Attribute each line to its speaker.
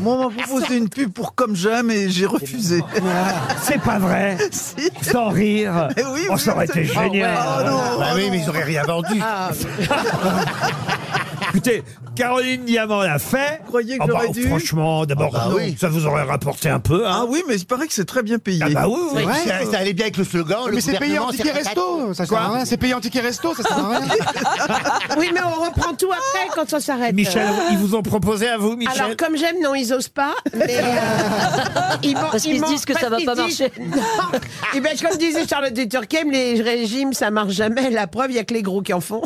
Speaker 1: Moi, on m'a proposé une pub pour Comme J'aime et j'ai refusé.
Speaker 2: C'est pas vrai.
Speaker 1: Si.
Speaker 2: Sans rire.
Speaker 1: Eh oui,
Speaker 2: Oh,
Speaker 1: oui,
Speaker 2: ça aurait été
Speaker 1: absolument.
Speaker 2: génial.
Speaker 3: Ah
Speaker 1: Oh non, oh
Speaker 4: Bah oui,
Speaker 1: non.
Speaker 4: mais ils auraient rien vendu.
Speaker 2: Écoutez, Caroline Diamant l'a fait.
Speaker 1: Vous croyez que
Speaker 2: Ah bah,
Speaker 1: j'aurais dû
Speaker 2: Franchement, d'abord,
Speaker 4: Ah bah oui.
Speaker 2: ça vous aurait rapporté un peu.
Speaker 1: Ah
Speaker 2: Hein.
Speaker 1: oui, mais il paraît que c'est très bien payé.
Speaker 2: Ah bah oui, oui.
Speaker 3: Ouais.
Speaker 4: Ça, ça allait bien avec le slogan. le
Speaker 3: Mais c'est payé en
Speaker 4: gouvernement,
Speaker 3: ticket
Speaker 4: c'est patate.
Speaker 3: resto, ça sert à rien. C'est payé en ticket resto, ça sert à rien.
Speaker 5: Oui, mais on reprend tout après quand ça s'arrête. Euh,
Speaker 2: Michel, ils vous ont proposé à vous, Michel
Speaker 5: Alors, comme j'aime, non, ils osent pas. Mais euh, ils m'ont-
Speaker 6: Parce qu'ils
Speaker 5: ils
Speaker 6: se
Speaker 5: m'ont-
Speaker 6: disent que
Speaker 5: parce
Speaker 6: ça va
Speaker 5: qu'ils
Speaker 6: pas
Speaker 5: disent- Non. Et ben, comme disait Charlotte de Turckheim, les régimes, ça marche jamais. La preuve, il y a que les gros qui en font.